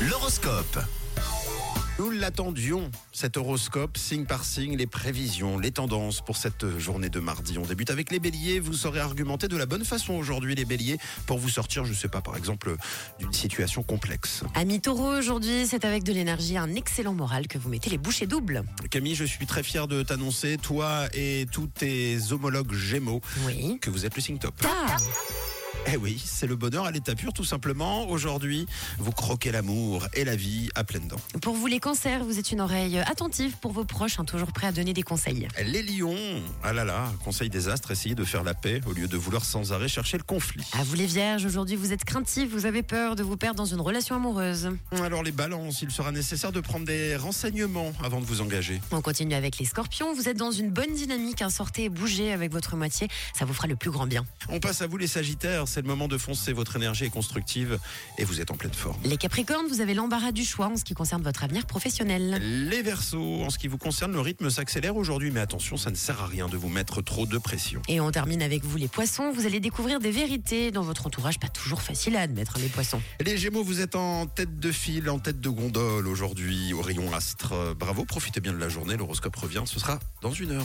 L'horoscope. Nous l'attendions, cet horoscope, signe par signe, les prévisions, les tendances pour cette journée de mardi. On débute avec les béliers, vous saurez argumenter de la bonne façon aujourd'hui les béliers pour vous sortir, je sais pas, par exemple, d'une situation complexe. Amis taureaux, aujourd'hui, c'est avec de l'énergie, un excellent moral que vous mettez les bouchées doubles. Camille, je suis très fier de t'annoncer, toi et tous tes homologues gémeaux, Oui. que vous êtes le signe top. Ah, Eh oui, c'est le bonheur à l'état pur tout simplement. Aujourd'hui, vous croquez l'amour et la vie à pleines dents. pour vous les cancers, vous êtes une oreille attentive pour vos proches, hein, toujours prêt à donner des conseils. Les lions, ah là là, conseil des astres, essayez de faire la paix au lieu de vouloir sans arrêt chercher le conflit. À vous les vierges, aujourd'hui, vous êtes craintifs, vous avez peur de vous perdre dans une relation amoureuse. Alors les balances, il sera nécessaire de prendre des renseignements avant de vous engager. On continue avec les scorpions, vous êtes dans une bonne dynamique, hein, sortez et bougez avec votre moitié, ça vous fera le plus grand bien. On passe à vous les sagittaires, c'est le moment de foncer, votre énergie est constructive et vous êtes en pleine forme. Les capricornes, vous avez l'embarras du choix en ce qui concerne votre avenir professionnel. Les Verseaux, en ce qui vous concerne, le rythme s'accélère aujourd'hui, mais attention, ça ne sert à rien de vous mettre trop de pression. Et on termine avec vous les poissons, vous allez découvrir des vérités dans votre entourage, pas toujours facile à admettre hein, les poissons. Les Gémeaux, vous êtes en tête de file, en tête de gondole aujourd'hui au rayon astre. Bravo, profitez bien de la journée, l'horoscope revient, ce sera dans une heure.